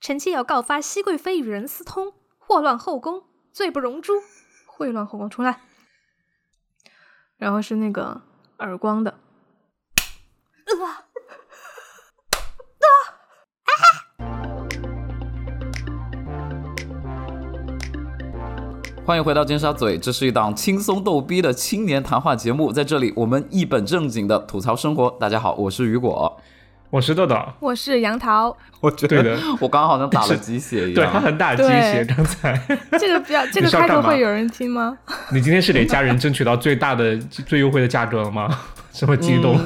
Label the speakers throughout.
Speaker 1: 臣妾要告发熹贵妃与人私通，祸乱后宫，罪不容诛。秽乱后宫，重来。然后是那个耳光的，
Speaker 2: 呃
Speaker 3: 欢迎回到尖沙咀，这是一档轻松逗逼的青年谈话节目，在这里我们一本正经的吐槽生活。大家好，我是雨果，
Speaker 4: 我是豆豆，
Speaker 1: 我是杨桃。
Speaker 4: 我觉得
Speaker 3: 对 我刚刚好像打了鸡血一
Speaker 4: 对 他
Speaker 3: 样。
Speaker 4: 很打鸡血。刚才
Speaker 1: 这个比较，这个
Speaker 4: 你是要
Speaker 1: 开头
Speaker 4: 干嘛
Speaker 1: 会有人听吗？
Speaker 4: 你今天是给家人争取到最大的、最优惠的价格了吗？ 这么激动？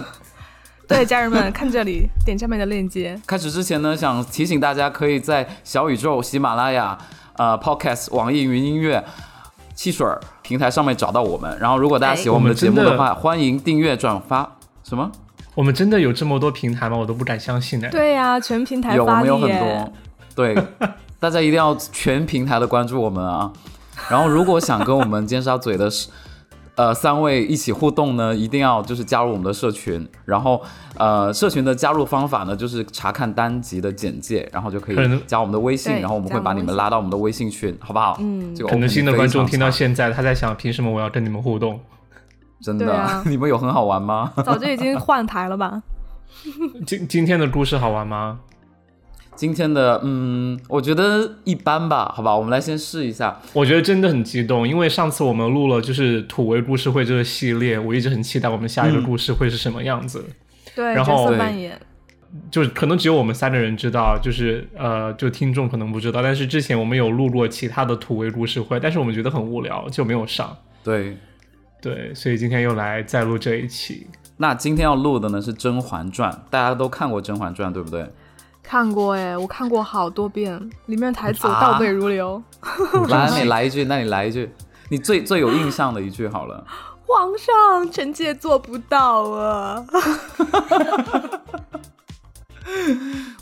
Speaker 1: 对，家人们看这里，点下面的链接。
Speaker 3: 开始之前呢，想提醒大家，可以在小宇宙、喜马拉雅、呃 Podcast、网易云音乐、汽水儿平台上面找到我们。然后，如果
Speaker 4: 哎
Speaker 3: 大家喜欢我们的节目的话，欢迎订阅、转发。什么？
Speaker 4: 我们真的有这么多平台吗？我都不敢相信哎呢。
Speaker 1: 对呀、全平台
Speaker 3: 有，我
Speaker 1: 发
Speaker 3: 们有
Speaker 1: 力
Speaker 3: 很
Speaker 1: 耶
Speaker 3: 多。对， 大家一定要全平台的关注我们啊。然后，如果想跟我们尖沙咀的是呃三位一起互动呢，一定要就是加入我们的社群。然后，呃，社群的加入方法呢，就是查看单集的简介，然后就可
Speaker 4: 可
Speaker 3: 以
Speaker 4: 能
Speaker 3: 加我们的微信，
Speaker 1: 对
Speaker 3: 然后我们
Speaker 1: 加
Speaker 3: 会
Speaker 1: 我们
Speaker 3: 把你们
Speaker 1: 微信
Speaker 3: 拉到我们的微信群，好不好？
Speaker 1: 嗯
Speaker 3: 这个
Speaker 4: 可能
Speaker 3: opening
Speaker 4: 新的观众
Speaker 3: 非
Speaker 4: 听
Speaker 3: 常
Speaker 4: 到
Speaker 3: 长
Speaker 4: 现在，他在想，凭什么我要跟你们互动？
Speaker 3: 真的，
Speaker 1: 对啊
Speaker 3: 你们有很好玩吗？
Speaker 1: 早就已经换台了吧？
Speaker 4: 今今天的故事好玩吗？
Speaker 3: 今天的嗯，我觉得一般吧，好吧，我们来先试一下。
Speaker 4: 我觉得真的很激动，因为上次我们录了就是土味故事会这个系列，我一直很期待我们下一个故事会是什么样子。
Speaker 1: 对，角
Speaker 4: 然后
Speaker 1: 色扮演。
Speaker 4: 就是可能只有我们三个人知道，就是呃，就听众可能不知道。但是之前我们有录过其他的土味故事会，但是我们觉得很无聊，就没有上。
Speaker 3: 对，
Speaker 4: 对，所以今天又来再录这一期。
Speaker 3: 那今天要录的呢是《甄嬛传》，大家都看过《甄嬛传》，对不对？
Speaker 1: 看过哎，我看过好多遍，里面台词我
Speaker 3: 啊
Speaker 1: 倒背如流。
Speaker 3: 来，你来一句，那你来一句，你最最有印象的一句好了。
Speaker 1: 皇上，臣妾做不到啊！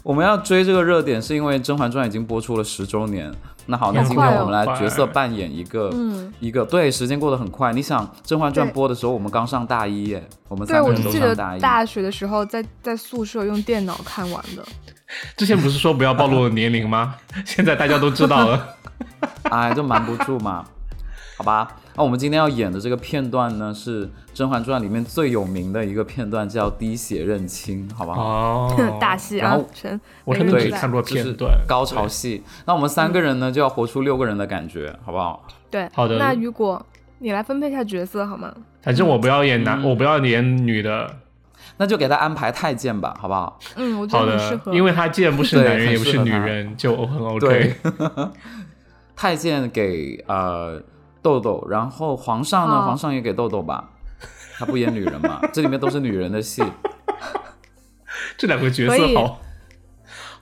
Speaker 3: 我们要追这个热点，是因为《甄嬛传》已经播出了十周年。那好，那
Speaker 4: 好
Speaker 3: 今
Speaker 1: 快
Speaker 3: 天
Speaker 1: 哦
Speaker 3: 我们来角色扮演一个，
Speaker 1: 嗯
Speaker 3: 一个对，时间过得很快。你想，《甄嬛传》
Speaker 1: 对
Speaker 3: 播的时候，我们刚上大一耶，我们
Speaker 1: 对，
Speaker 3: 三个
Speaker 1: 我
Speaker 3: 人
Speaker 1: 就
Speaker 3: 都
Speaker 1: 记得
Speaker 3: 上大一。
Speaker 1: 大学的时候在在宿舍用电脑看完的。
Speaker 4: 之前不是说不要暴露我的年 龄吗？现在大家都知道了。
Speaker 3: 哎，就瞒不住嘛，好吧。那我们今天要演的这个片段呢，是《甄嬛传》里面最有名的一个片段，叫“滴血认亲”，好不好？
Speaker 4: 哦
Speaker 1: 大戏
Speaker 3: 然
Speaker 1: 啊
Speaker 3: 后，
Speaker 1: 全
Speaker 4: 我
Speaker 1: 每个
Speaker 4: 真的
Speaker 1: 人
Speaker 4: 只
Speaker 1: 都在
Speaker 4: 看过
Speaker 3: 就是
Speaker 4: 片段。
Speaker 3: 高潮戏。那我们三个人呢，就要活出六个人的感觉，好不好？
Speaker 1: 对，
Speaker 4: 好的
Speaker 1: 那雨果，你来分配一下角色好吗？
Speaker 4: 反正我不要演男，我不要演女的。
Speaker 3: 那就给他安排太监吧，好不好？
Speaker 1: 嗯，我觉
Speaker 4: 好
Speaker 1: 得很适
Speaker 4: 的，
Speaker 1: 合，
Speaker 4: 因为他既然不是
Speaker 3: 对
Speaker 4: 男人，
Speaker 3: 很
Speaker 4: 也不
Speaker 3: 适
Speaker 4: 是
Speaker 3: 合
Speaker 4: 女
Speaker 3: 他
Speaker 4: 人，就很 OK
Speaker 3: 对。太监给呃豆豆，然后皇上呢，
Speaker 1: 哦
Speaker 3: 皇上也给豆豆吧，他不演女人嘛，这里面都是女人的戏，
Speaker 4: 这两个角
Speaker 1: 可以
Speaker 4: 色好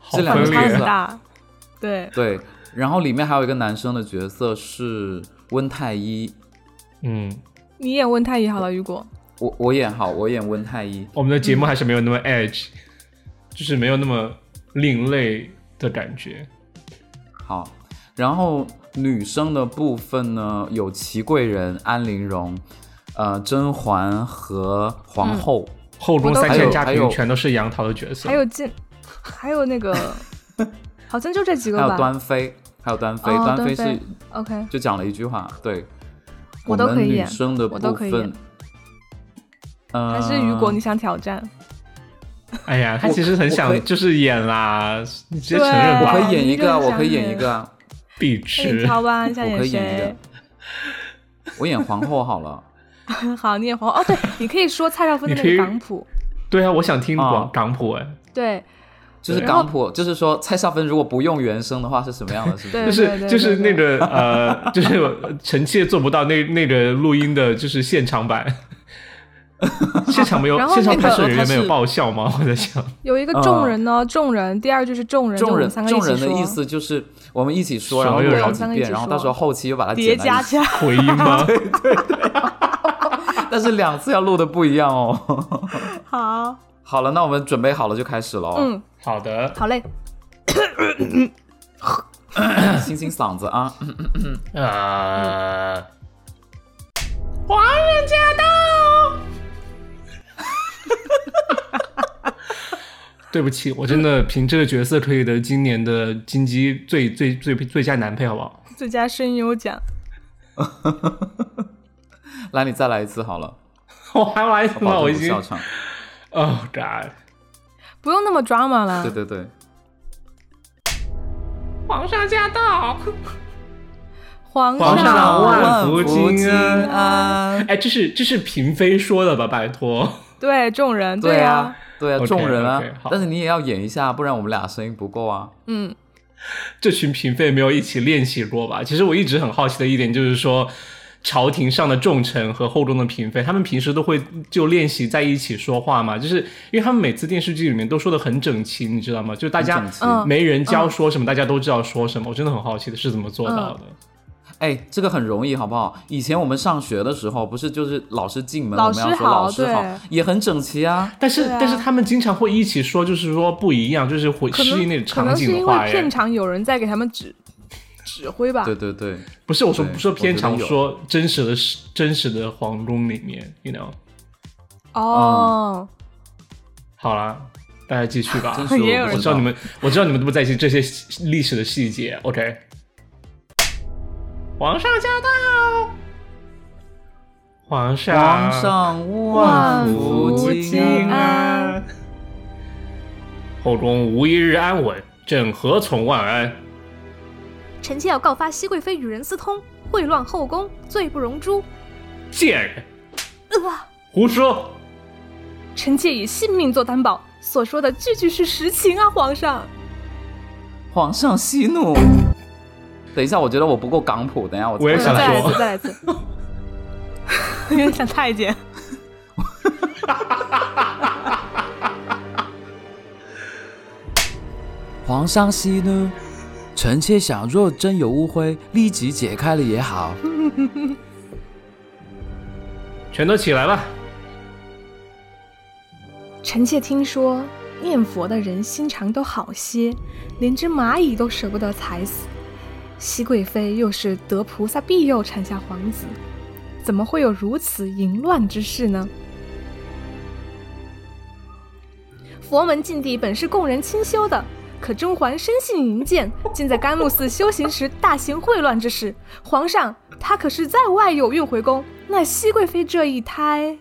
Speaker 4: 好
Speaker 3: 这两
Speaker 1: 反
Speaker 3: 个
Speaker 4: 分
Speaker 1: 差
Speaker 3: 角
Speaker 1: 很
Speaker 3: 色
Speaker 4: 裂。
Speaker 1: 大。对，
Speaker 3: 对。然后里面还有一个男生的角色是温太医，
Speaker 4: 嗯，
Speaker 1: 你演温太医好了，雨果。
Speaker 3: 我我演好，我演温太医。
Speaker 4: 我们的节目还是没有那么 edge，就是没有那么另类的感觉。
Speaker 3: 好，然后女生的部分呢，有祺贵人、安陵容、呃甄嬛和皇后。
Speaker 4: 后宫
Speaker 1: 我都
Speaker 4: 三
Speaker 3: 还有
Speaker 4: 千家
Speaker 3: 还有
Speaker 4: 嫔全都是杨桃的角色
Speaker 1: 还，有进，还有那个， 好像就这几个
Speaker 3: 还有
Speaker 1: 吧。
Speaker 3: 端嗯妃，还有端妃，
Speaker 1: 哦端妃
Speaker 3: 妃是
Speaker 1: OK，
Speaker 3: 就讲了一句话，对，
Speaker 1: 我都
Speaker 3: 们
Speaker 1: 可以
Speaker 3: 女
Speaker 1: 演
Speaker 3: 生的
Speaker 1: 我
Speaker 3: 部
Speaker 1: 都可以
Speaker 3: 分
Speaker 1: 演，
Speaker 3: 嗯，
Speaker 1: 还是雨果你想挑战？
Speaker 4: 哎呀，他其实很
Speaker 3: 我可以
Speaker 4: 想就是演啦，你直接承
Speaker 3: 我
Speaker 4: 认
Speaker 1: 对
Speaker 3: 可
Speaker 4: 吧，
Speaker 3: 以演一个啊，
Speaker 1: 你就
Speaker 3: 我
Speaker 1: 是
Speaker 3: 可以
Speaker 1: 想
Speaker 3: 演
Speaker 1: 演
Speaker 3: 一个啊，
Speaker 4: 必
Speaker 1: 那你
Speaker 4: 吃。
Speaker 1: 挑吧，你想
Speaker 3: 我可以演
Speaker 1: 谁
Speaker 3: 一个？，我演皇后好了，
Speaker 1: 好，你演皇后。哦，对，你可以说蔡少芬的
Speaker 4: 你
Speaker 1: 那
Speaker 4: 可以
Speaker 1: 个港普。
Speaker 4: 对啊，我想听
Speaker 3: 啊
Speaker 4: 广港普哎，
Speaker 1: 对
Speaker 3: 就是
Speaker 4: 对
Speaker 3: 港普，就是说蔡少芬如果不用原声的话是什么样的？是不
Speaker 1: 对，
Speaker 3: 是？
Speaker 4: 就
Speaker 1: 对
Speaker 4: 是
Speaker 1: 对
Speaker 4: 就是
Speaker 1: 对
Speaker 4: 那个呃， 就是臣妾做不到那那个录音的，就是现场 版。现场没有
Speaker 1: 然，后
Speaker 4: 现场
Speaker 1: 那
Speaker 4: 拍
Speaker 1: 个
Speaker 4: 摄人
Speaker 3: 哦他
Speaker 4: 员没有
Speaker 3: 是
Speaker 4: 爆笑吗？我在想，
Speaker 1: 有一个众人呢，众人，第二句是众人，就
Speaker 3: 嗯众
Speaker 1: 我
Speaker 3: 人
Speaker 1: 们三个一
Speaker 3: 众
Speaker 1: 起
Speaker 3: 人的
Speaker 1: 说
Speaker 3: 意思就是我们一起说，然后
Speaker 4: 所有
Speaker 3: 录
Speaker 4: 人
Speaker 3: 好
Speaker 1: 三
Speaker 3: 几
Speaker 1: 个一
Speaker 3: 遍，
Speaker 1: 起
Speaker 3: 然后到
Speaker 1: 说
Speaker 3: 时候后期又把它
Speaker 1: 叠
Speaker 3: 剪
Speaker 1: 加
Speaker 3: 在一起。
Speaker 1: 起来。
Speaker 4: 回音吗？
Speaker 3: 但是两次要录的不一样哦。
Speaker 1: 好，
Speaker 3: 好了，那我们准备好了就哦开始喽。
Speaker 1: 嗯，
Speaker 4: 好的，
Speaker 1: 好嘞，嗯
Speaker 3: 清清嗓子啊。
Speaker 4: 呃，
Speaker 2: 皇上驾到！
Speaker 4: 对不起，我真的凭这个角色可以得今年的金鸡最最最最佳男配，好不好？
Speaker 1: 最佳声优奖，
Speaker 3: 来，你再来一次好了，
Speaker 4: 我还要来一次吗？
Speaker 3: 保证
Speaker 4: 我已
Speaker 3: 不
Speaker 4: 经
Speaker 3: 笑场。
Speaker 4: ，Oh God！
Speaker 1: 不用那么 drama 了。
Speaker 3: 对对对，
Speaker 2: 皇上驾到！
Speaker 1: 皇
Speaker 4: 皇上
Speaker 1: 上
Speaker 4: 万福金啊安
Speaker 3: 安。
Speaker 4: 哎，这是这是嫔妃说的吧？拜托，
Speaker 1: 对众人，
Speaker 3: 对
Speaker 1: 啊，，
Speaker 3: 对啊，
Speaker 4: OK，
Speaker 3: 众人啊
Speaker 4: OK，好，
Speaker 3: 但是你也要演一下，不然我们俩声音不够啊。
Speaker 1: 嗯，
Speaker 4: 这群嫔妃没有一起练习过吧？其实我一直很好奇的一点就是说，朝廷上的重臣和后宫的嫔妃，他们平时都会就练习在一起说话嘛？就是因为他们每次电视剧里面都说的很整齐，你知道吗？就大家
Speaker 3: 很整齐
Speaker 1: 嗯
Speaker 4: 没人教说什么，大家都知道说什么。我真的很好奇的是怎么做到的。
Speaker 3: 哎，这个很容易，好不好？以前我们上学的时候，不是就是老师进门，
Speaker 1: 老
Speaker 3: 我们要
Speaker 1: 师
Speaker 3: 说老
Speaker 1: 好
Speaker 3: 师好
Speaker 1: 对，
Speaker 3: 也很整齐啊。
Speaker 4: 但是、
Speaker 1: 对啊
Speaker 4: 但是他们经常会一起说，就是说不一样，就是回
Speaker 1: 可
Speaker 4: 适应那
Speaker 1: 能
Speaker 4: 种
Speaker 1: 可
Speaker 4: 场
Speaker 1: 能是
Speaker 4: 景
Speaker 1: 因
Speaker 4: 的话
Speaker 1: 为
Speaker 4: 耶，
Speaker 1: 片场有人在给他们指指挥吧
Speaker 3: 对。对对，
Speaker 4: 不是我说
Speaker 3: 对
Speaker 4: 不说片
Speaker 3: 我
Speaker 4: 场，
Speaker 3: 觉得有
Speaker 4: 说真实的是真实的皇宫里面，you know。
Speaker 1: 哦，
Speaker 4: 好啦，大家继续吧。
Speaker 3: 真是
Speaker 1: 也有
Speaker 3: 我
Speaker 1: 人
Speaker 4: 我
Speaker 3: 不
Speaker 4: 知道你们，我知道你们都不在意这些历史的细节。OK，皇上驾到，皇上，
Speaker 3: 皇上万福
Speaker 1: 福
Speaker 3: 金啊
Speaker 1: 金啊
Speaker 3: 安。
Speaker 1: 安，
Speaker 4: 后宫无一日安稳，朕何从万安？
Speaker 1: 臣妾要告发熹贵妃与人私通，秽乱后宫，罪不容诛。
Speaker 4: 贱人，
Speaker 1: 啊！
Speaker 4: 胡说！
Speaker 1: 臣妾以性命做担保，所说的句句是实情啊，皇上。
Speaker 3: 皇上息怒。等一下，我觉得我不够港普，等一下我
Speaker 4: 我也
Speaker 1: 再
Speaker 4: 想
Speaker 1: 来一
Speaker 4: 说
Speaker 1: 次，再来一次。 有点像太监。
Speaker 3: 皇上息怒，臣妾想若真有误会，立即解开了也好。
Speaker 4: 全都起来吧！
Speaker 1: 臣妾听说念佛的人心肠都好些，连只蚂蚁都舍不得踩死。熹贵妃又是得菩萨庇佑产下皇子，怎么会有如此淫乱之事呢？佛门禁地本是供人清修的，可中环生性淫贱，竟在甘露寺修行时大行秽乱之事。皇上，他可是在外有孕回宫，那熹贵妃这一胎……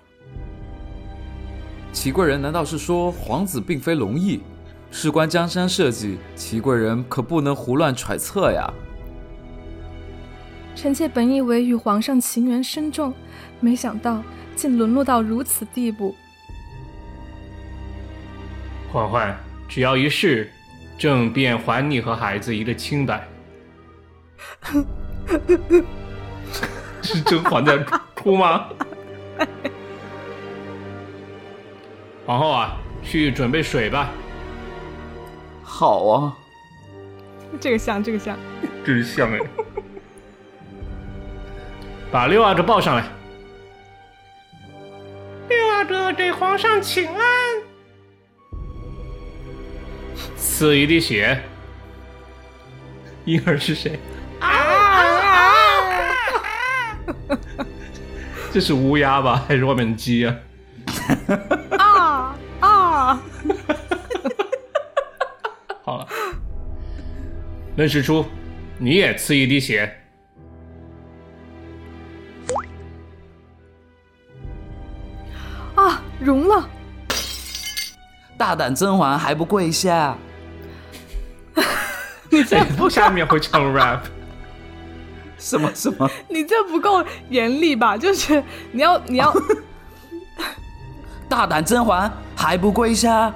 Speaker 3: 祺贵人难道是说皇子并非龙翼？事关江山社稷，祺贵人可不能胡乱揣测呀。
Speaker 1: 臣妾本以为与皇上情缘深重，没想到竟沦落到如此地步。
Speaker 4: 嬛嬛，只要一试，朕便还你和孩子一个清白。 是甄嬛在哭吗？皇后啊，去准备水吧。
Speaker 3: 好啊，
Speaker 1: 这个像，这个像。
Speaker 4: 真香哎！ 把六阿哥抱上来。
Speaker 2: 六阿哥给皇上请安。
Speaker 4: 呲一滴血。婴儿是谁？
Speaker 2: 啊
Speaker 4: 这是乌鸦吧？还是外面的鸡啊？
Speaker 1: 啊啊！
Speaker 4: 好了，任时初，你也呲一滴血。
Speaker 1: 啊，融了！
Speaker 3: 大胆甄嬛还不跪下？
Speaker 4: 你这 下面会唱 rap，
Speaker 3: 什么什 么？
Speaker 1: 你这不够严厉吧？就是你要你要
Speaker 3: 大胆甄嬛还不跪下？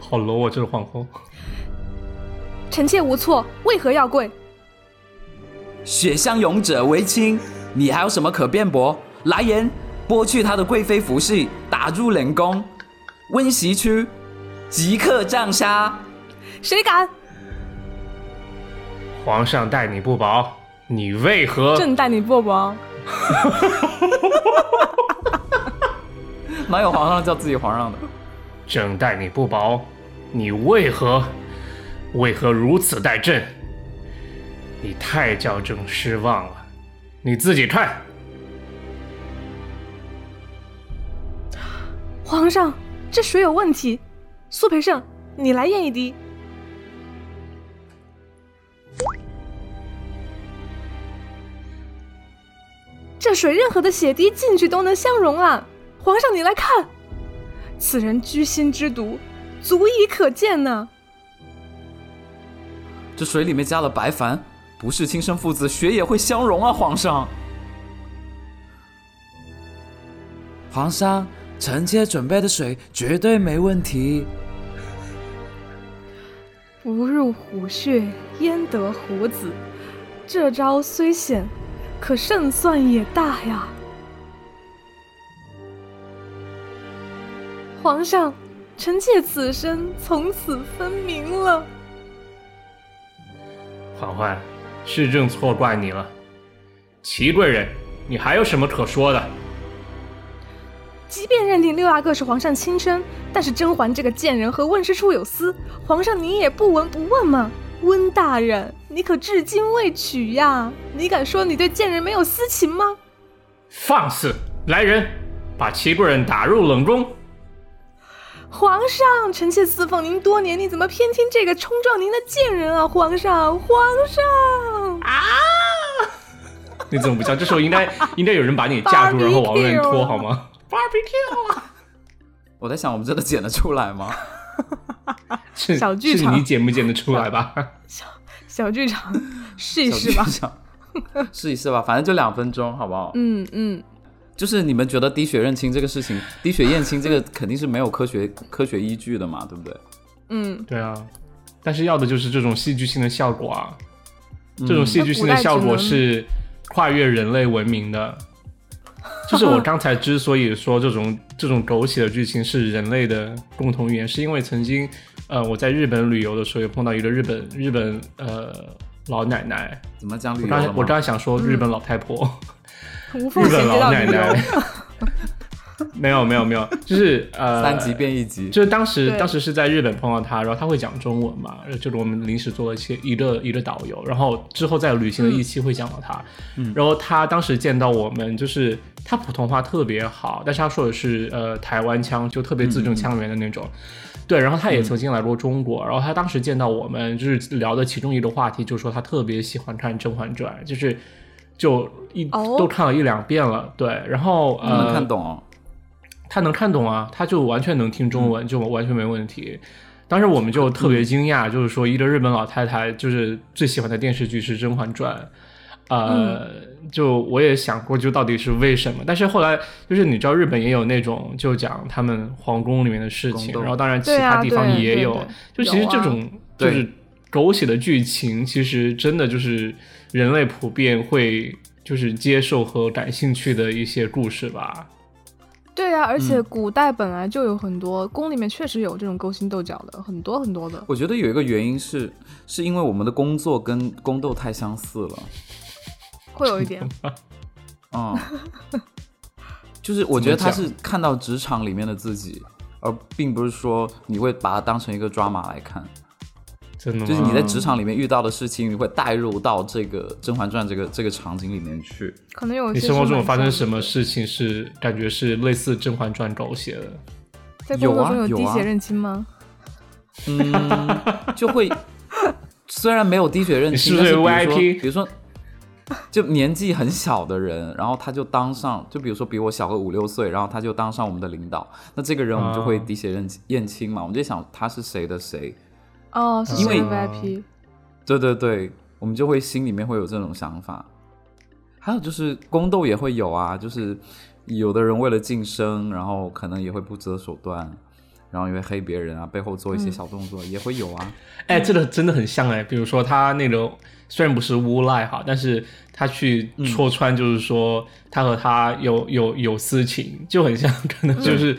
Speaker 4: 好 low 啊！这是皇后。
Speaker 1: 臣妾无错，为何要跪？
Speaker 3: 血相拥者为亲，你还有什么可辩驳？来人，剥去他的贵妃服饰，打入冷宫，温习区，即刻杖杀。
Speaker 1: 谁敢？
Speaker 4: 皇上待你不薄，你为何？
Speaker 1: 朕带你过王。
Speaker 3: 哪有皇上叫自己皇上的？
Speaker 4: 朕待你不薄，你为何为何如此待朕？你太叫朕失望了，你自己看。
Speaker 1: 皇上，这水有问题，苏培盛，你来验一滴。”这水任何的血滴进去都能相容啊！皇上，你来看，此人居心之毒，足以可见呢、
Speaker 3: 这水里面加了白矾，不是亲生父子，血也会相融啊！皇上，皇上，臣妾准备的水绝对没问题。
Speaker 1: 不入虎穴，焉得虎子？这招虽险，可胜算也大呀！皇上，臣妾此身从此分明了。
Speaker 4: 嬛嬛，是朕错怪你了。齐贵人，你还有什么可说的？
Speaker 1: 即便认定六阿哥是皇上亲生，但是甄嬛这个贱人和问世处有司，皇上你也不闻不问吗？温大人，你可至今未娶呀！你敢说你对贱人没有私情吗？
Speaker 4: 放肆！来人，把齐贵人打入冷宫。
Speaker 1: 皇上，臣妾侍奉您多年，你怎么偏听这个冲撞您的贱人啊？皇上，皇上，
Speaker 3: 啊
Speaker 4: 你怎么不叫？这时候 应该应该有人把你架住，然后往外面
Speaker 1: Barbecue
Speaker 4: 拖，好吗？
Speaker 2: ，barbecue 啊！
Speaker 3: 我在想，我们真的剪得出来吗？
Speaker 4: 是
Speaker 1: 小剧场
Speaker 4: 是你剪不剪得出来吧？
Speaker 1: 小剧场，试一
Speaker 3: 小
Speaker 1: 试吧
Speaker 3: 剧。场试一试吧， 反正就两分钟，好不好？
Speaker 1: 嗯嗯，
Speaker 3: 就是你们觉得滴血认亲这个事情，滴血验亲这个肯定是没有科学科学依据的嘛，对不对？
Speaker 1: 嗯，
Speaker 4: 对啊，但是要的就是这种戏剧性的效果啊！这种
Speaker 3: 嗯
Speaker 4: 戏剧性的效果是跨越人类文明的。就是我刚才之所以说这种 这种狗血的剧情是人类的共同语言，是因为曾经，呃，我在日本旅游的时候也碰到一个日本日本呃老奶奶，
Speaker 3: 怎么讲旅
Speaker 4: 我
Speaker 3: 游
Speaker 4: 刚才
Speaker 3: 了吗
Speaker 4: 我刚才想说日本老太婆，
Speaker 1: 嗯无缝
Speaker 4: 日
Speaker 1: 衔
Speaker 4: 本
Speaker 1: 接
Speaker 4: 老
Speaker 1: 到
Speaker 4: 奶
Speaker 1: 旅游
Speaker 4: 奶， 没有没有没有，就是呃
Speaker 3: 三级变一级，
Speaker 4: 就是当时
Speaker 1: 对
Speaker 4: 当时是在日本碰到他，然后他会讲中文嘛，然后就给我们临时做了一些一个一个导游，然后之后在旅行的一期会讲到他，然后他当时见到我们，就是他普通话特别好，但是他说的是呃台湾腔，就特别字正腔圆的那种。对，然后他也曾经来过中国，然后他当时见到我们，就是聊的其中一个话题，就说他特别喜欢看《甄嬛传》，就是就一、
Speaker 1: 哦
Speaker 4: 都看了一两遍了，对，然后
Speaker 3: 你们
Speaker 4: 呃，
Speaker 3: 看懂哦？
Speaker 4: 他能看懂啊，他就完全能听中
Speaker 1: 嗯
Speaker 4: 文，就完全没问题。当时我们就特别惊讶，就是说一个日本老太太，就是最喜欢的电视剧是《甄嬛传》，呃，
Speaker 1: 嗯
Speaker 4: 就我也想过，就到底是为什么？但是后来就是你知道，日本也有那种就讲他们皇宫里面的事
Speaker 3: 宫
Speaker 4: 情，
Speaker 3: 斗
Speaker 4: 然后当然其
Speaker 1: 对啊
Speaker 4: 他地方
Speaker 1: 对
Speaker 4: 也
Speaker 1: 对
Speaker 4: 有，
Speaker 1: 对
Speaker 4: 就其实
Speaker 1: 有啊
Speaker 4: 这种就
Speaker 3: 对
Speaker 4: 是狗血的剧情，其实真的就是人类普遍会就是接受和感兴趣的一些故事吧。
Speaker 1: 对啊，而且
Speaker 3: 嗯
Speaker 1: 古代本来就有很多宫里面确实有这种勾心斗角的，很多很多的。
Speaker 3: 我觉得有一个原因是，是因为我们的工作跟宫斗太相似了。
Speaker 1: 会有一点，
Speaker 3: 嗯，就是我觉得
Speaker 4: 怎么
Speaker 3: 他
Speaker 4: 讲
Speaker 3: 是看到职场里面的自己，而并不是说你会把它当成一个抓马来看。
Speaker 4: 真的吗？
Speaker 3: 就是你在职场里面遇到的事情，你会带入到这个《甄嬛传》这个这个场景里面去。
Speaker 1: 可能有一
Speaker 4: 你
Speaker 1: 些
Speaker 4: 生活中有
Speaker 1: 蛮
Speaker 4: 发生
Speaker 1: 像
Speaker 4: 什么
Speaker 1: 的？
Speaker 4: 事情是感觉是类似《甄嬛传》狗血的？
Speaker 1: 在工
Speaker 3: 有
Speaker 1: 作
Speaker 3: 啊
Speaker 1: 中
Speaker 3: 有
Speaker 1: 滴
Speaker 3: 啊
Speaker 1: 血认亲吗？
Speaker 3: 嗯，就会虽然没有滴血认
Speaker 4: 你是
Speaker 3: 亲，
Speaker 4: 不是
Speaker 3: 但是
Speaker 4: VIP
Speaker 3: 比如说，比如说就年纪很小的人，然后他就当上，就比如说比我小个五六岁，然后他就当上我们的领导，那这个人我们就会
Speaker 4: 啊
Speaker 3: 滴血认验亲嘛，我们就想他是谁的谁，
Speaker 1: 哦，是
Speaker 3: 因
Speaker 1: 谁的
Speaker 3: 为
Speaker 1: VIP？
Speaker 3: 对对对，我们就会心里面会有这种想法。还有就是宫斗也会有啊，就是有的人为了晋升，然后可能也会不择手段，然后也会黑别人啊，背后做一些小动作、也会有啊。
Speaker 4: 哎，这个真的很像哎，比如说他那种虽然不是诬赖哈，但是他去
Speaker 3: 嗯
Speaker 4: 戳穿，就是说他和他有有有私情，就很像，可
Speaker 3: 嗯
Speaker 4: 能就是。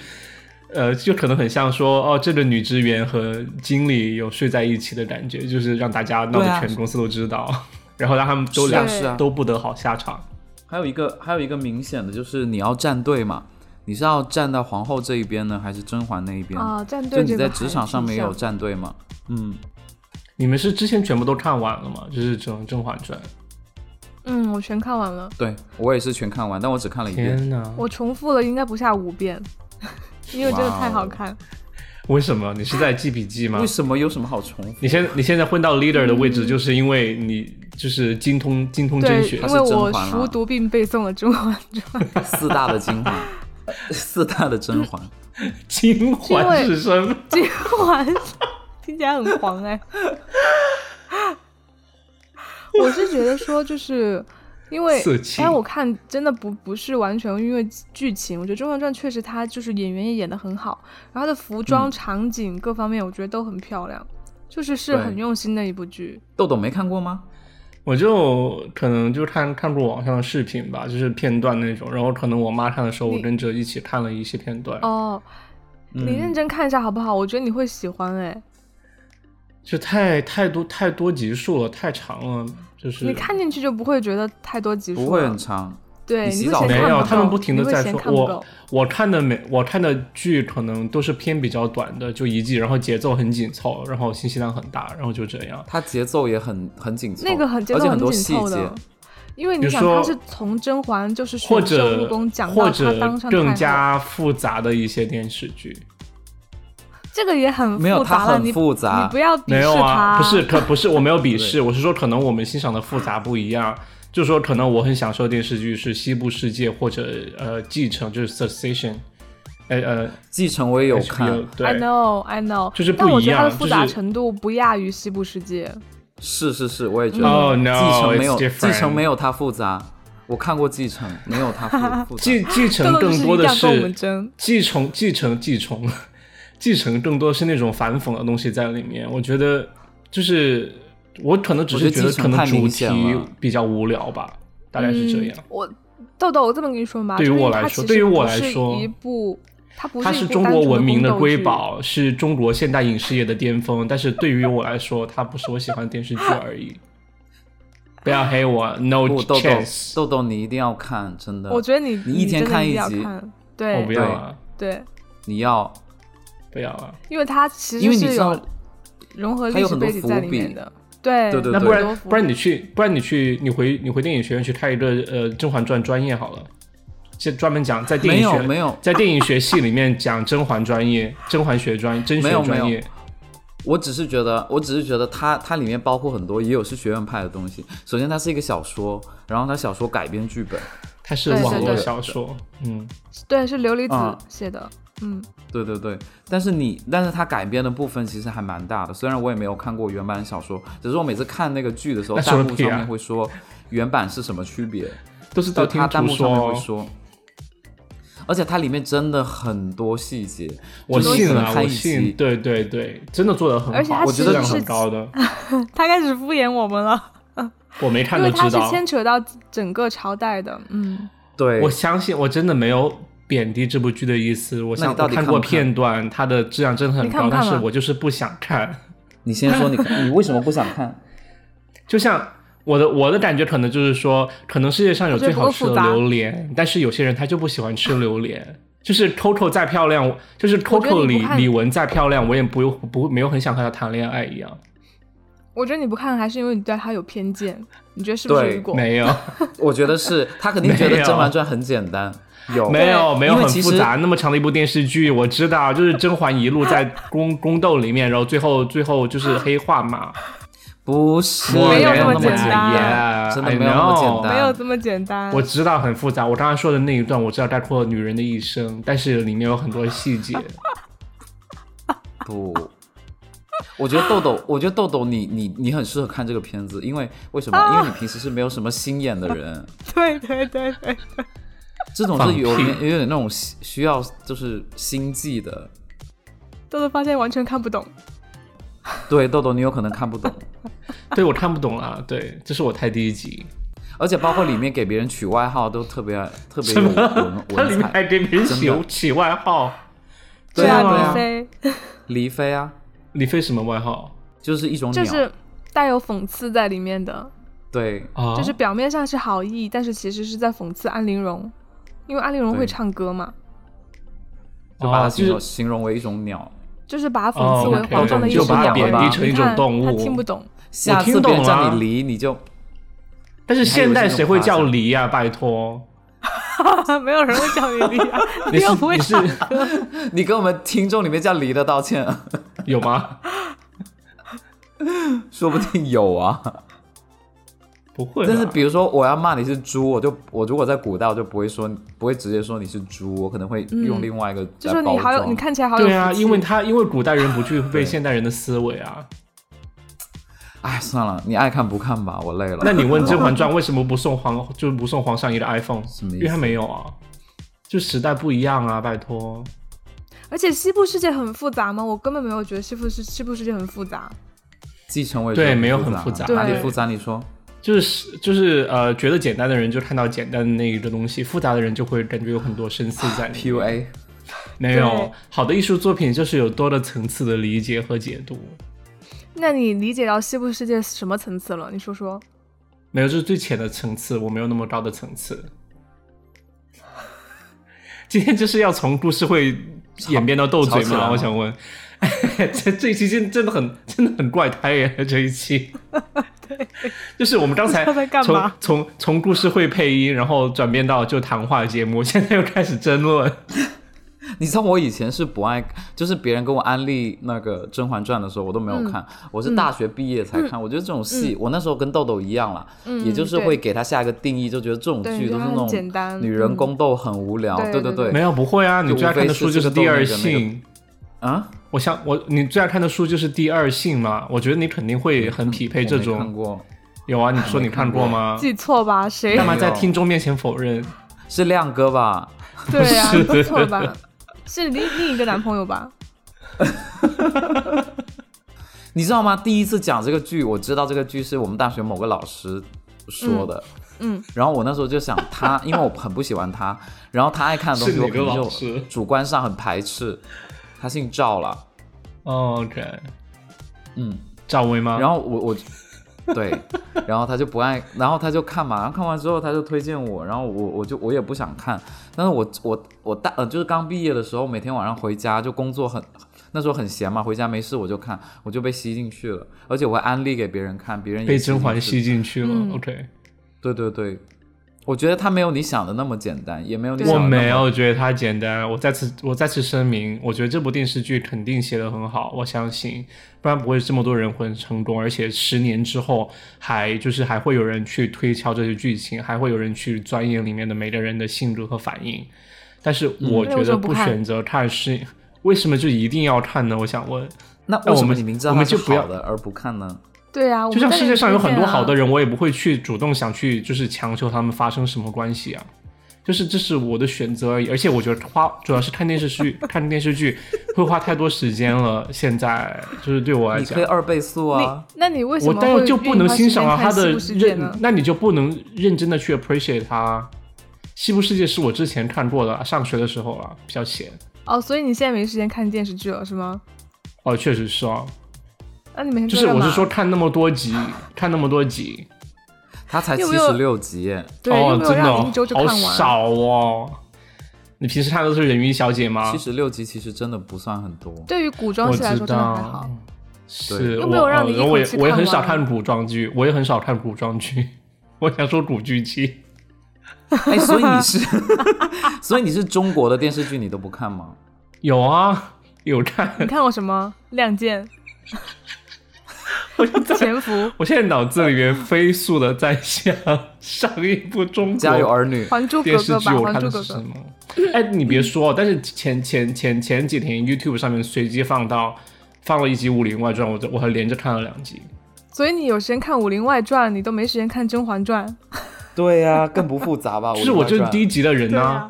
Speaker 4: 呃，就可能很像说哦，这个女职员和经理有睡在一起的感觉，就是让大家闹
Speaker 3: 对
Speaker 4: 得
Speaker 3: 啊
Speaker 4: 全公司都知道， 然后让他们都
Speaker 3: 是啊
Speaker 4: 俩
Speaker 1: 是啊
Speaker 4: 都不得好下场。
Speaker 3: 还有一个还有一个明显的就是你要站队嘛，你是要站到皇后这一边呢，还是甄嬛那一边呢？
Speaker 1: 啊，站
Speaker 3: 就
Speaker 1: 队
Speaker 3: 你
Speaker 1: 这个
Speaker 3: 在
Speaker 1: 还
Speaker 3: 职场上
Speaker 1: 挺
Speaker 3: 面有
Speaker 1: 像
Speaker 3: 站队吗？嗯，
Speaker 4: 你们是之前全部都看完了吗？就是整《甄嬛传》。
Speaker 1: 嗯，我全看完了，
Speaker 3: 对我也是全看完，但我只看了一遍。
Speaker 4: 天哪！
Speaker 1: 我重复了应该不下五遍。因为真的太
Speaker 4: 哦
Speaker 1: 好看了。
Speaker 4: 为什么？你是在记笔记吗
Speaker 3: 为？什么有什么好重复？
Speaker 4: 你现你现在混到 leader 的位
Speaker 1: 嗯
Speaker 4: 置，就是因为你就是精通精通甄
Speaker 1: 对，
Speaker 4: 选
Speaker 1: 因。为我
Speaker 3: 甄嬛啊
Speaker 1: 熟读并背诵了《甄嬛传》，
Speaker 3: 四大的金环，呃四大的甄嬛，
Speaker 4: 金环是什么？
Speaker 1: 甄嬛听起来很黄哎。 我是觉得说，就是因为
Speaker 4: 色情
Speaker 1: 哎，我看真的不不是完全因为剧情，我觉得《甄嬛传》确实它就是演员也演得很好，然后它的服
Speaker 3: 嗯
Speaker 1: 装、场景各方面，我觉得都很漂亮，就是是
Speaker 3: 对
Speaker 1: 很用心的一部剧。
Speaker 3: 豆豆没看过吗？
Speaker 4: 我就可能就看看过网上的视频吧，就是片段那种。然后可能我妈看的时候，
Speaker 1: 你
Speaker 4: 我跟着一起看了一些片段。
Speaker 1: 哦，
Speaker 3: 嗯
Speaker 1: 你认真看一下好不好？我觉得你会喜欢哎。
Speaker 4: 就太太多太多集数了，太长了，就是
Speaker 1: 你看进去就不会觉得太多集数了，
Speaker 3: 不会啊很长，
Speaker 1: 对，
Speaker 3: 你
Speaker 1: 你
Speaker 3: 洗
Speaker 1: 会嫌
Speaker 3: 澡
Speaker 4: 没
Speaker 1: 看
Speaker 4: 有，
Speaker 1: 不
Speaker 4: 他们
Speaker 1: 够
Speaker 4: 不停的
Speaker 1: 你会
Speaker 4: 在
Speaker 1: 嫌
Speaker 4: 说，
Speaker 1: 看不
Speaker 4: 我
Speaker 1: 够
Speaker 4: 我看的每我看的剧可能都是偏比较短的，就一季，然后节奏很紧凑，然后信息量很大，然后就这样。
Speaker 3: 它节奏也很很紧凑，
Speaker 1: 那个很
Speaker 4: 哦
Speaker 1: 节
Speaker 3: 而
Speaker 1: 奏
Speaker 3: 且很多
Speaker 1: 紧
Speaker 3: 细
Speaker 1: 凑
Speaker 3: 节
Speaker 1: 的。，因为
Speaker 4: 比
Speaker 1: 你
Speaker 4: 如
Speaker 1: 想
Speaker 4: 说
Speaker 1: 他是从甄嬛就是
Speaker 4: 或
Speaker 1: 选秀
Speaker 4: 者
Speaker 1: 入宫讲
Speaker 4: 或
Speaker 1: 到他
Speaker 4: 者
Speaker 1: 当上太
Speaker 4: 更
Speaker 1: 后
Speaker 4: 加复杂的一些电视剧，
Speaker 1: 这个也很
Speaker 3: 没有
Speaker 1: 复杂
Speaker 3: 它
Speaker 1: 了，
Speaker 3: 很
Speaker 1: 你
Speaker 3: 复杂
Speaker 1: 你不要鄙
Speaker 4: 没有
Speaker 1: 视他，
Speaker 4: 啊，不是可不是我没有鄙视，我是说可能我们欣赏的复杂不一样。就是说，可能我很享受的电视剧是《西部世界》或者呃《继承》，就是《Succession》，呃呃，
Speaker 3: 继承我也有
Speaker 4: HBO
Speaker 3: 看，
Speaker 4: 对
Speaker 1: I know I know，
Speaker 4: 就是不
Speaker 1: 但我
Speaker 4: 一
Speaker 1: 觉得它的
Speaker 4: 样
Speaker 1: 复
Speaker 4: 就
Speaker 1: 杂
Speaker 4: 是
Speaker 1: 程度不亚于西部世界，
Speaker 3: 是是是，我也觉得。
Speaker 4: Oh no,
Speaker 3: 继承没有
Speaker 4: it's different.
Speaker 3: 继承没有它复杂，我看过继承，没有它复复杂。
Speaker 4: 继继承
Speaker 1: 豆豆就是
Speaker 4: 更多
Speaker 1: 一
Speaker 4: 的
Speaker 1: 定要
Speaker 4: 是
Speaker 1: 跟我们争
Speaker 4: 继承继承继承继承更多是那种反讽的东西在里面。我觉得就是我可能只是
Speaker 3: 我觉
Speaker 4: 觉
Speaker 3: 得
Speaker 4: 得
Speaker 3: 继承
Speaker 4: 可能
Speaker 3: 太
Speaker 4: 主
Speaker 3: 明
Speaker 4: 题
Speaker 3: 显了
Speaker 4: 比较无聊吧，大概是这样。
Speaker 1: 嗯我豆豆，我这么跟你说吧，
Speaker 4: 对于
Speaker 1: 就是
Speaker 4: 我
Speaker 1: 它
Speaker 4: 来
Speaker 1: 其
Speaker 4: 说
Speaker 1: 实
Speaker 4: 对于我
Speaker 1: 不
Speaker 4: 来
Speaker 1: 是
Speaker 4: 说
Speaker 1: 一部它不
Speaker 4: 它
Speaker 1: 是一
Speaker 4: 是
Speaker 1: 部
Speaker 4: 中
Speaker 1: 单
Speaker 4: 国
Speaker 1: 纯
Speaker 4: 文明
Speaker 1: 宫
Speaker 4: 的
Speaker 1: 斗
Speaker 4: 瑰
Speaker 1: 剧，
Speaker 4: 宝，是中国现代影视业的巅峰。但是对于我来说，它不是我喜欢的电视剧而已。不要黑 我，no
Speaker 3: 不，豆豆
Speaker 4: chance，
Speaker 3: 豆豆，你一定要看，真的。
Speaker 1: 我觉得你
Speaker 3: 你一天
Speaker 1: 真的
Speaker 3: 看
Speaker 1: 一
Speaker 3: 一
Speaker 1: 定要
Speaker 3: 集
Speaker 1: 看，
Speaker 4: 我
Speaker 1: 对
Speaker 4: 不要啊，
Speaker 1: 对，
Speaker 3: 你要，
Speaker 4: 不要啊。
Speaker 1: 因为它其
Speaker 3: 因
Speaker 1: 实
Speaker 3: 为你
Speaker 1: 是
Speaker 3: 知道
Speaker 1: 有融合
Speaker 3: 它
Speaker 1: 历
Speaker 3: 有
Speaker 1: 史
Speaker 3: 很多
Speaker 1: 背景
Speaker 3: 伏
Speaker 1: 在里
Speaker 3: 笔
Speaker 1: 面的，对
Speaker 3: 对对
Speaker 4: 那
Speaker 3: 对
Speaker 4: 不
Speaker 1: 很多
Speaker 4: 然
Speaker 1: 伏
Speaker 4: 不然
Speaker 1: 笔
Speaker 4: 你去，不然你去，你回你回电影学院去开一个呃《甄嬛传》专业好了，先专门讲在电
Speaker 3: 没
Speaker 4: 影
Speaker 3: 有
Speaker 4: 学
Speaker 3: 没有，
Speaker 4: 在电影学系里面讲甄嬛专业、甄嬛学专、甄
Speaker 3: 没
Speaker 4: 学
Speaker 3: 有
Speaker 4: 专
Speaker 3: 没
Speaker 4: 业
Speaker 3: 有。我只是觉得，我只是觉得它它里面包括很多也有是学院派的东西。首先，它是一个小说，然后它小说改编剧本，
Speaker 4: 它是
Speaker 1: 对
Speaker 4: 网
Speaker 1: 对
Speaker 4: 络
Speaker 1: 对
Speaker 4: 小说，嗯，
Speaker 1: 对，是琉璃
Speaker 3: 啊
Speaker 1: 子写的。嗯，
Speaker 3: 对对对，但是你，但是它改编的部分其实还蛮大的。虽然我也没有看过原版小说，只是我每次看那个剧的时候，
Speaker 4: 那说
Speaker 3: 弹
Speaker 4: 个
Speaker 3: 幕
Speaker 4: 屁
Speaker 3: 上
Speaker 4: 啊
Speaker 3: 面会说原版是什么区 别，
Speaker 4: 都是道
Speaker 3: 就
Speaker 4: 听
Speaker 3: 它弹
Speaker 4: 途
Speaker 3: 幕上面会
Speaker 4: 说。哦
Speaker 3: 说。而且它里面真的很多细节，
Speaker 4: 我
Speaker 3: 就是
Speaker 4: 信
Speaker 3: 可能
Speaker 4: 了，
Speaker 3: 看
Speaker 4: 我
Speaker 3: 一
Speaker 4: 信，
Speaker 3: 集，
Speaker 4: 对对对，真的做的很
Speaker 1: 而且
Speaker 4: 好，
Speaker 1: 它
Speaker 4: 我
Speaker 1: 其
Speaker 4: 质
Speaker 3: 实
Speaker 4: 量
Speaker 3: 是
Speaker 4: 很高的。
Speaker 1: 他开始敷衍我们了，
Speaker 4: 我没看
Speaker 1: 因
Speaker 4: 都
Speaker 1: 为他
Speaker 4: 知
Speaker 1: 是
Speaker 4: 道，
Speaker 1: 牵扯到整个朝代的。嗯，
Speaker 3: 对，
Speaker 4: 我相信我真的没有贬低这部剧的意思。我
Speaker 3: 那
Speaker 4: 想
Speaker 3: 你到
Speaker 4: 我
Speaker 3: 底
Speaker 4: 看
Speaker 3: 看
Speaker 4: 过
Speaker 3: 不看
Speaker 4: 片段，它的质量真的很
Speaker 1: 你看
Speaker 4: 高，
Speaker 1: 不
Speaker 4: 但
Speaker 1: 看
Speaker 4: 是
Speaker 1: 吗
Speaker 4: 我就是不想看。
Speaker 3: 你先说你看，你为什么不想 看？
Speaker 4: 就像我的我的感觉，可能就是说，可能世界上有最好吃的榴莲，但是有些人他就不喜欢吃榴莲。就是 Coco 再漂亮，就是 Coco
Speaker 1: 我觉得你
Speaker 4: 李
Speaker 1: 不看
Speaker 4: 李玟再漂亮，我也不用不没有很想和她谈恋爱一样。
Speaker 1: 我觉得你不看还是因为你对他有偏见，你觉得是不是
Speaker 3: 对
Speaker 1: 雨果？
Speaker 4: 没有
Speaker 3: 我觉得是他肯定觉
Speaker 4: 没
Speaker 3: 得
Speaker 4: 有
Speaker 3: 《甄嬛传》很简单，有
Speaker 4: 没有没有
Speaker 3: 因为
Speaker 4: 很
Speaker 3: 其
Speaker 4: 复
Speaker 3: 实
Speaker 4: 杂，那么长的一部电视剧，我知道，就是甄嬛一 路在宫宫斗里面，然后最后最后就是黑化嘛，
Speaker 3: 不是
Speaker 1: 没有
Speaker 3: 那
Speaker 1: 那么
Speaker 3: 么
Speaker 1: 简单
Speaker 3: 真的没有那么简单。
Speaker 1: 没有这么简单。
Speaker 4: 啊
Speaker 3: 嗯
Speaker 4: 我知道很复杂，我刚刚说的那一段我知道概括了女人的一生，但是里面有很多细 节。
Speaker 3: 不，我觉得豆豆，我觉得豆豆你你你很适合看这个片子，因为为什么？因为你平时是没有什么心眼的人，
Speaker 1: 对对对对，
Speaker 3: 这种
Speaker 4: 哦放
Speaker 3: 是
Speaker 4: 屁
Speaker 3: 有点有点那种需需要就是心计的。
Speaker 1: 豆豆发现完全看不懂。
Speaker 3: 对，豆豆你有可能看不懂，
Speaker 4: 对我看不懂啊，对，这是我太低级。
Speaker 3: 而且包括里面给别人取外号都特别特别
Speaker 4: 什
Speaker 3: 有
Speaker 4: 么？
Speaker 3: 文
Speaker 4: 它里
Speaker 3: 文
Speaker 4: 面还
Speaker 3: 采。
Speaker 4: 给别人起
Speaker 3: 真的
Speaker 4: 起外号？
Speaker 3: 对啊
Speaker 1: 啊，
Speaker 3: 对啊
Speaker 1: 李飞
Speaker 3: 黎飞啊，
Speaker 4: 李飞什么外号
Speaker 3: 就是一种
Speaker 1: 就
Speaker 3: 鸟，
Speaker 1: 是带有讽刺在里面的，
Speaker 3: 对，
Speaker 4: 啊？
Speaker 1: 就是表面上是好意，但是其实是在讽刺安陵容，因为安陵容
Speaker 3: 对
Speaker 1: 会唱歌嘛，
Speaker 3: 就把它
Speaker 4: 哦
Speaker 3: 形容
Speaker 4: 就是
Speaker 3: 形容为一种鸟。
Speaker 1: 就是把它讽刺为
Speaker 4: 哦
Speaker 1: 皇上的一
Speaker 3: 就
Speaker 1: 种
Speaker 3: 把它
Speaker 1: 鸟
Speaker 3: 贬
Speaker 1: 吧
Speaker 3: 低
Speaker 4: 成
Speaker 1: 你
Speaker 4: 一种
Speaker 1: 看
Speaker 4: 动
Speaker 1: 他
Speaker 4: 物
Speaker 1: 听不懂。
Speaker 3: 下
Speaker 4: 听
Speaker 3: 次别人
Speaker 4: 懂
Speaker 3: 叫
Speaker 4: 啊
Speaker 3: 你黎，你就
Speaker 4: 但是现代谁会
Speaker 3: 还
Speaker 4: 叫
Speaker 3: 有一些
Speaker 4: 黎呀、拜托，
Speaker 1: 没有人会叫你 离啊，
Speaker 4: 你
Speaker 1: 又
Speaker 4: 是
Speaker 1: 不会
Speaker 4: 你
Speaker 1: 唱
Speaker 4: 是
Speaker 3: 你跟我们听众里面叫离的道歉，
Speaker 4: 有吗？
Speaker 3: 说不定有啊。
Speaker 4: 不会吧，
Speaker 3: 但是比如说我要骂你是猪，我就我如果在古代，我就不会说不会直接说你是猪，我可能会用另外一个
Speaker 1: 嗯就
Speaker 3: 来
Speaker 1: 说
Speaker 3: 包
Speaker 1: 你好有，
Speaker 3: 装
Speaker 1: 你看起来好有
Speaker 4: 对啊，
Speaker 1: 福气
Speaker 4: 因为他因为古代人不具备现代人的思维啊。
Speaker 3: 哎，算了，你爱看不看吧，我累了。
Speaker 1: 啊
Speaker 4: 那你问《甄嬛传》为什么不送皇，就是不送皇上一个 iPhone？
Speaker 3: 么意思
Speaker 4: 因为他没有啊，就时代不一样啊，拜托。
Speaker 1: 而且西部世界很复杂吗？我根本没有觉得西部世西部世界很复杂。
Speaker 3: 继承我也
Speaker 4: 对
Speaker 3: 觉得
Speaker 4: 没有
Speaker 3: 很
Speaker 4: 很复杂
Speaker 3: 哪里
Speaker 1: 对
Speaker 3: 复杂？你说
Speaker 4: 就是就是呃，觉得简单的人就看到简单的那一个东西，复杂的人就会感觉有很多深思在里面。
Speaker 3: PUA
Speaker 4: 没
Speaker 1: 对
Speaker 4: 有好的艺术作品就是有多的层次的理解和解读，
Speaker 1: 那你理解到西部世界什么层次了？你说说。
Speaker 4: 没有这是最浅的层次，我没有那么高的层次。今天就是要从故事会演变到斗
Speaker 3: 吵
Speaker 4: 嘴
Speaker 3: 起来
Speaker 4: 吗？
Speaker 3: 了
Speaker 4: 我想问， 这这一期真真的很真的很怪胎耶，这一 期。就是我们刚才
Speaker 1: 不知道在干
Speaker 4: 从
Speaker 1: 嘛
Speaker 4: 从从故事会配音，然后转变到就谈话节目， 现在又开始争论。
Speaker 3: 你知道我以前是不爱，就是别人跟我安利那个《甄嬛传》的时候，我都没有看，
Speaker 1: 嗯
Speaker 3: 我是大学毕业才看。我觉得这种戏，我那时候跟豆豆一样啦，也就是
Speaker 1: 嗯对
Speaker 3: 会给他下一个定义，就觉得这种
Speaker 1: 对
Speaker 3: 剧
Speaker 1: 觉
Speaker 3: 都
Speaker 1: 得
Speaker 3: 是
Speaker 1: 它很
Speaker 3: 那
Speaker 1: 简单
Speaker 3: 种女人
Speaker 1: 嗯
Speaker 3: 宫斗很无聊。
Speaker 1: 对
Speaker 3: 对
Speaker 1: 对对
Speaker 4: 没有，不会啊，你
Speaker 3: 就
Speaker 4: 最爱
Speaker 3: 无非
Speaker 4: 看的
Speaker 3: 是
Speaker 4: 书就
Speaker 3: 这
Speaker 4: 是
Speaker 3: 个
Speaker 4: 《第
Speaker 3: 斗那
Speaker 4: 二
Speaker 3: 个那个
Speaker 4: 性》
Speaker 3: 啊，
Speaker 4: 我想我你最爱看的书就是《第二性》嘛，我觉得你肯定会很匹配这
Speaker 3: 我没看
Speaker 4: 种。
Speaker 3: 过
Speaker 4: 有啊，你说你看过吗
Speaker 1: 记？错吧？谁
Speaker 4: 干嘛在
Speaker 3: 没有
Speaker 4: 听众面前否认？
Speaker 3: 是亮哥吧？
Speaker 1: 对呀、
Speaker 4: 是
Speaker 1: 记错吧？是另另一个男朋友吧？
Speaker 3: 你知道吗？第一次讲这个剧，我知道这个剧是我们大学某个老师说的。
Speaker 1: 嗯嗯
Speaker 3: 然后我那时候就想 他，因为我很不喜欢他，然后他爱看的东西
Speaker 4: 是
Speaker 3: 我
Speaker 4: 哪
Speaker 3: 可
Speaker 4: 个
Speaker 3: 能
Speaker 4: 老师
Speaker 3: 就主观上很排斥。他姓赵了，
Speaker 4: 哦 OK，
Speaker 3: 嗯，
Speaker 4: 赵薇吗？
Speaker 3: 然后我我 对，然后他就不爱，然后他就看嘛，然后看完之后他就推荐我，然后我我就我也不想看，但是我我我大呃就是刚毕业的时候，每天晚上回家就工作很。那时候很闲嘛，回家没事我就看，我就被吸进去了，而且我还安利给别人看，别人也
Speaker 4: 被
Speaker 3: 吸进
Speaker 4: 甄嬛
Speaker 3: 去
Speaker 4: 吸进去了。
Speaker 1: 嗯
Speaker 4: OK，
Speaker 3: 对对对，我觉得他没有你想的那么简单，也没有你
Speaker 1: 对
Speaker 3: 想
Speaker 4: 我
Speaker 3: 的那么
Speaker 4: 没有觉得它简单。我再次我再次声明，我觉得这部电视剧肯定写得很好，我相信，不然不会这么多人会成功，而且十年之后还就是还会有人去推敲这些剧情，还会有人去钻研里面的每个人的性格和反应。但是我
Speaker 1: 那
Speaker 4: 觉
Speaker 1: 为什
Speaker 4: 得
Speaker 1: 么不
Speaker 4: 不
Speaker 1: 看
Speaker 4: 选择看是为什么就一定要看呢？我想问，
Speaker 3: 那为
Speaker 4: 那我
Speaker 3: 什么
Speaker 4: 们
Speaker 3: 你明知道
Speaker 4: 我
Speaker 3: 他
Speaker 4: 们
Speaker 3: 是
Speaker 4: 就不要
Speaker 3: 好的而不看呢？
Speaker 1: 对呀、啊，我们
Speaker 4: 就像
Speaker 1: 在
Speaker 4: 世
Speaker 1: 那
Speaker 4: 界
Speaker 1: 里
Speaker 4: 上有很
Speaker 1: 推
Speaker 4: 多
Speaker 1: 荐啊
Speaker 4: 好的人，我也不会去主动想去就是强求他们发生什么关系啊。就是这是我的选择而已，而且我觉得花主要是看电视剧， 看电视剧会花太多时间了。现在就是对我来
Speaker 3: 你
Speaker 4: 讲
Speaker 3: 可以，二倍速
Speaker 1: 你
Speaker 3: 啊！
Speaker 1: 那你为什
Speaker 4: 我
Speaker 1: 么
Speaker 4: 但
Speaker 1: 会
Speaker 4: 就不能欣赏
Speaker 1: 到
Speaker 4: 到他的认
Speaker 1: 呢，？
Speaker 4: 那你就不能认真的去 appreciate 他。西部世界是我之前看过的，上学的时候啊，比较闲。
Speaker 1: 哦，所以你现在没时间看电视剧了是吗？
Speaker 4: 哦，确实是哦，
Speaker 1: 那你每天都
Speaker 4: 就是
Speaker 1: 干
Speaker 4: 我
Speaker 1: 嘛
Speaker 4: 是说看那么多集，看那么多集，
Speaker 3: 他才七
Speaker 1: 有没有
Speaker 3: 十六集耶，
Speaker 1: 对，
Speaker 4: 哦
Speaker 1: 又，没有
Speaker 4: 真的
Speaker 1: 让
Speaker 4: 哦
Speaker 1: 你一周就
Speaker 4: 好
Speaker 1: 看完？
Speaker 4: 少哦。你平时看的都是《人鱼小姐》吗
Speaker 3: 七？十六集其实真的不算很多。
Speaker 1: 对于古装
Speaker 4: 我
Speaker 1: 剧来
Speaker 4: 知
Speaker 1: 说真的还好
Speaker 4: 道。，是
Speaker 3: 对
Speaker 1: 又没有
Speaker 4: 我
Speaker 1: 让你
Speaker 4: 呃
Speaker 1: 一口
Speaker 4: 我也
Speaker 1: 气
Speaker 4: 我也
Speaker 1: 看
Speaker 4: 很少
Speaker 1: 完
Speaker 4: 看古装剧，我也很少看古装剧。我想说古剧集，
Speaker 3: 哎，所以你是， 所以你是中国的电视剧你都不看吗？
Speaker 4: 有啊，有看。
Speaker 1: 你看过什么？《亮剑》
Speaker 4: 我就
Speaker 1: 《
Speaker 4: 在，
Speaker 1: 潜伏》《
Speaker 4: 我现在脑子里面飞速的在想上一部中国
Speaker 3: 家有儿女，
Speaker 1: 还珠格
Speaker 4: 电
Speaker 1: 格
Speaker 4: 视》剧
Speaker 1: 吧，《
Speaker 4: 我
Speaker 1: 还
Speaker 4: 看
Speaker 1: 珠
Speaker 4: 的
Speaker 1: 格
Speaker 4: 是
Speaker 1: 格
Speaker 4: 什》。么？哎，你别说，但是前前前前几天 YouTube 上面随机放到放了一集《武林外传》，我就我还连着看了两集。
Speaker 1: 所以你有时间看《武林外传》，你都没时间看《甄嬛传》。
Speaker 3: 对呀、更不复杂吧？
Speaker 4: 就是我就是低级的人呐、
Speaker 1: 对啊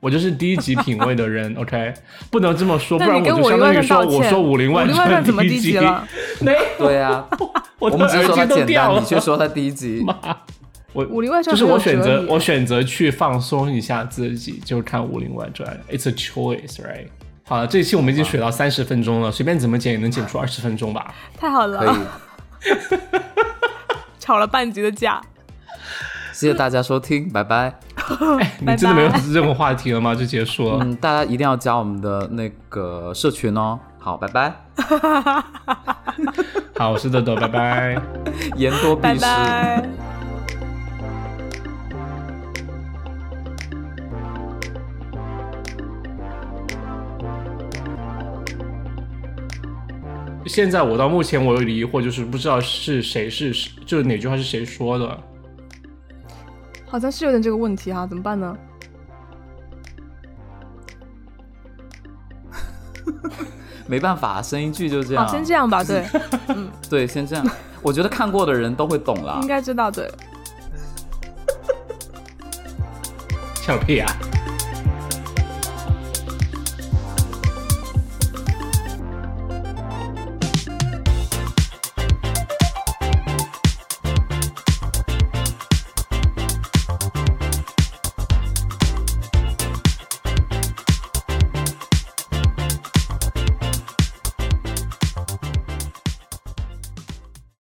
Speaker 4: 我就是低级品味的 人，OK，不能这么说，不
Speaker 1: 那
Speaker 4: 然
Speaker 1: 你跟
Speaker 4: 就
Speaker 1: 武
Speaker 4: 相
Speaker 1: 林
Speaker 4: 当
Speaker 1: 外传
Speaker 4: 于说
Speaker 1: 道歉。
Speaker 4: 我说《武林外
Speaker 1: 外
Speaker 4: 传》
Speaker 1: 怎么低
Speaker 4: 低
Speaker 1: 级了？
Speaker 4: 没有，
Speaker 3: 对呀、
Speaker 4: 我
Speaker 3: 我
Speaker 4: 的
Speaker 3: 们只是
Speaker 4: 耳
Speaker 3: 说
Speaker 4: 机
Speaker 3: 它
Speaker 4: 都
Speaker 3: 简
Speaker 4: 掉
Speaker 3: 单，
Speaker 4: 了。
Speaker 3: 你却说它低级。
Speaker 4: 我
Speaker 1: 武林外传
Speaker 4: 就是我选
Speaker 1: 很有
Speaker 4: 择
Speaker 1: 哲，理
Speaker 4: 我选择去放松一下自己，就看《武林外传》，It's a choice, right？好了，这一期我们已经水到三十分
Speaker 1: 嗯
Speaker 4: 钟了，随便怎么剪也能剪出二十分钟吧。
Speaker 1: 太好
Speaker 3: 可以
Speaker 1: 了，， 吵了半集的架。
Speaker 3: 谢谢大家收听，拜 拜。
Speaker 4: 你
Speaker 1: 拜
Speaker 4: 真的没有
Speaker 1: 拜
Speaker 4: 任何话题了吗？就结束了。
Speaker 3: 嗯，大家一定要加我们的那个社群哦。好，拜拜，
Speaker 4: 好，我是豆豆，拜拜。
Speaker 3: 言多必
Speaker 1: 拜
Speaker 3: 失。
Speaker 1: 拜。
Speaker 4: 现在我到目前我有疑惑，就是不知道是谁是就是哪句话是谁说的。
Speaker 1: 好像是有点这个问题哈、怎么办呢？
Speaker 3: 没办法，声音剧就这
Speaker 1: 啊，
Speaker 3: 样。
Speaker 1: 先这样吧，对，
Speaker 3: 对，先这样。我觉得看过的人都会懂啦
Speaker 1: 应。该知道，对。
Speaker 4: 笑屁啊！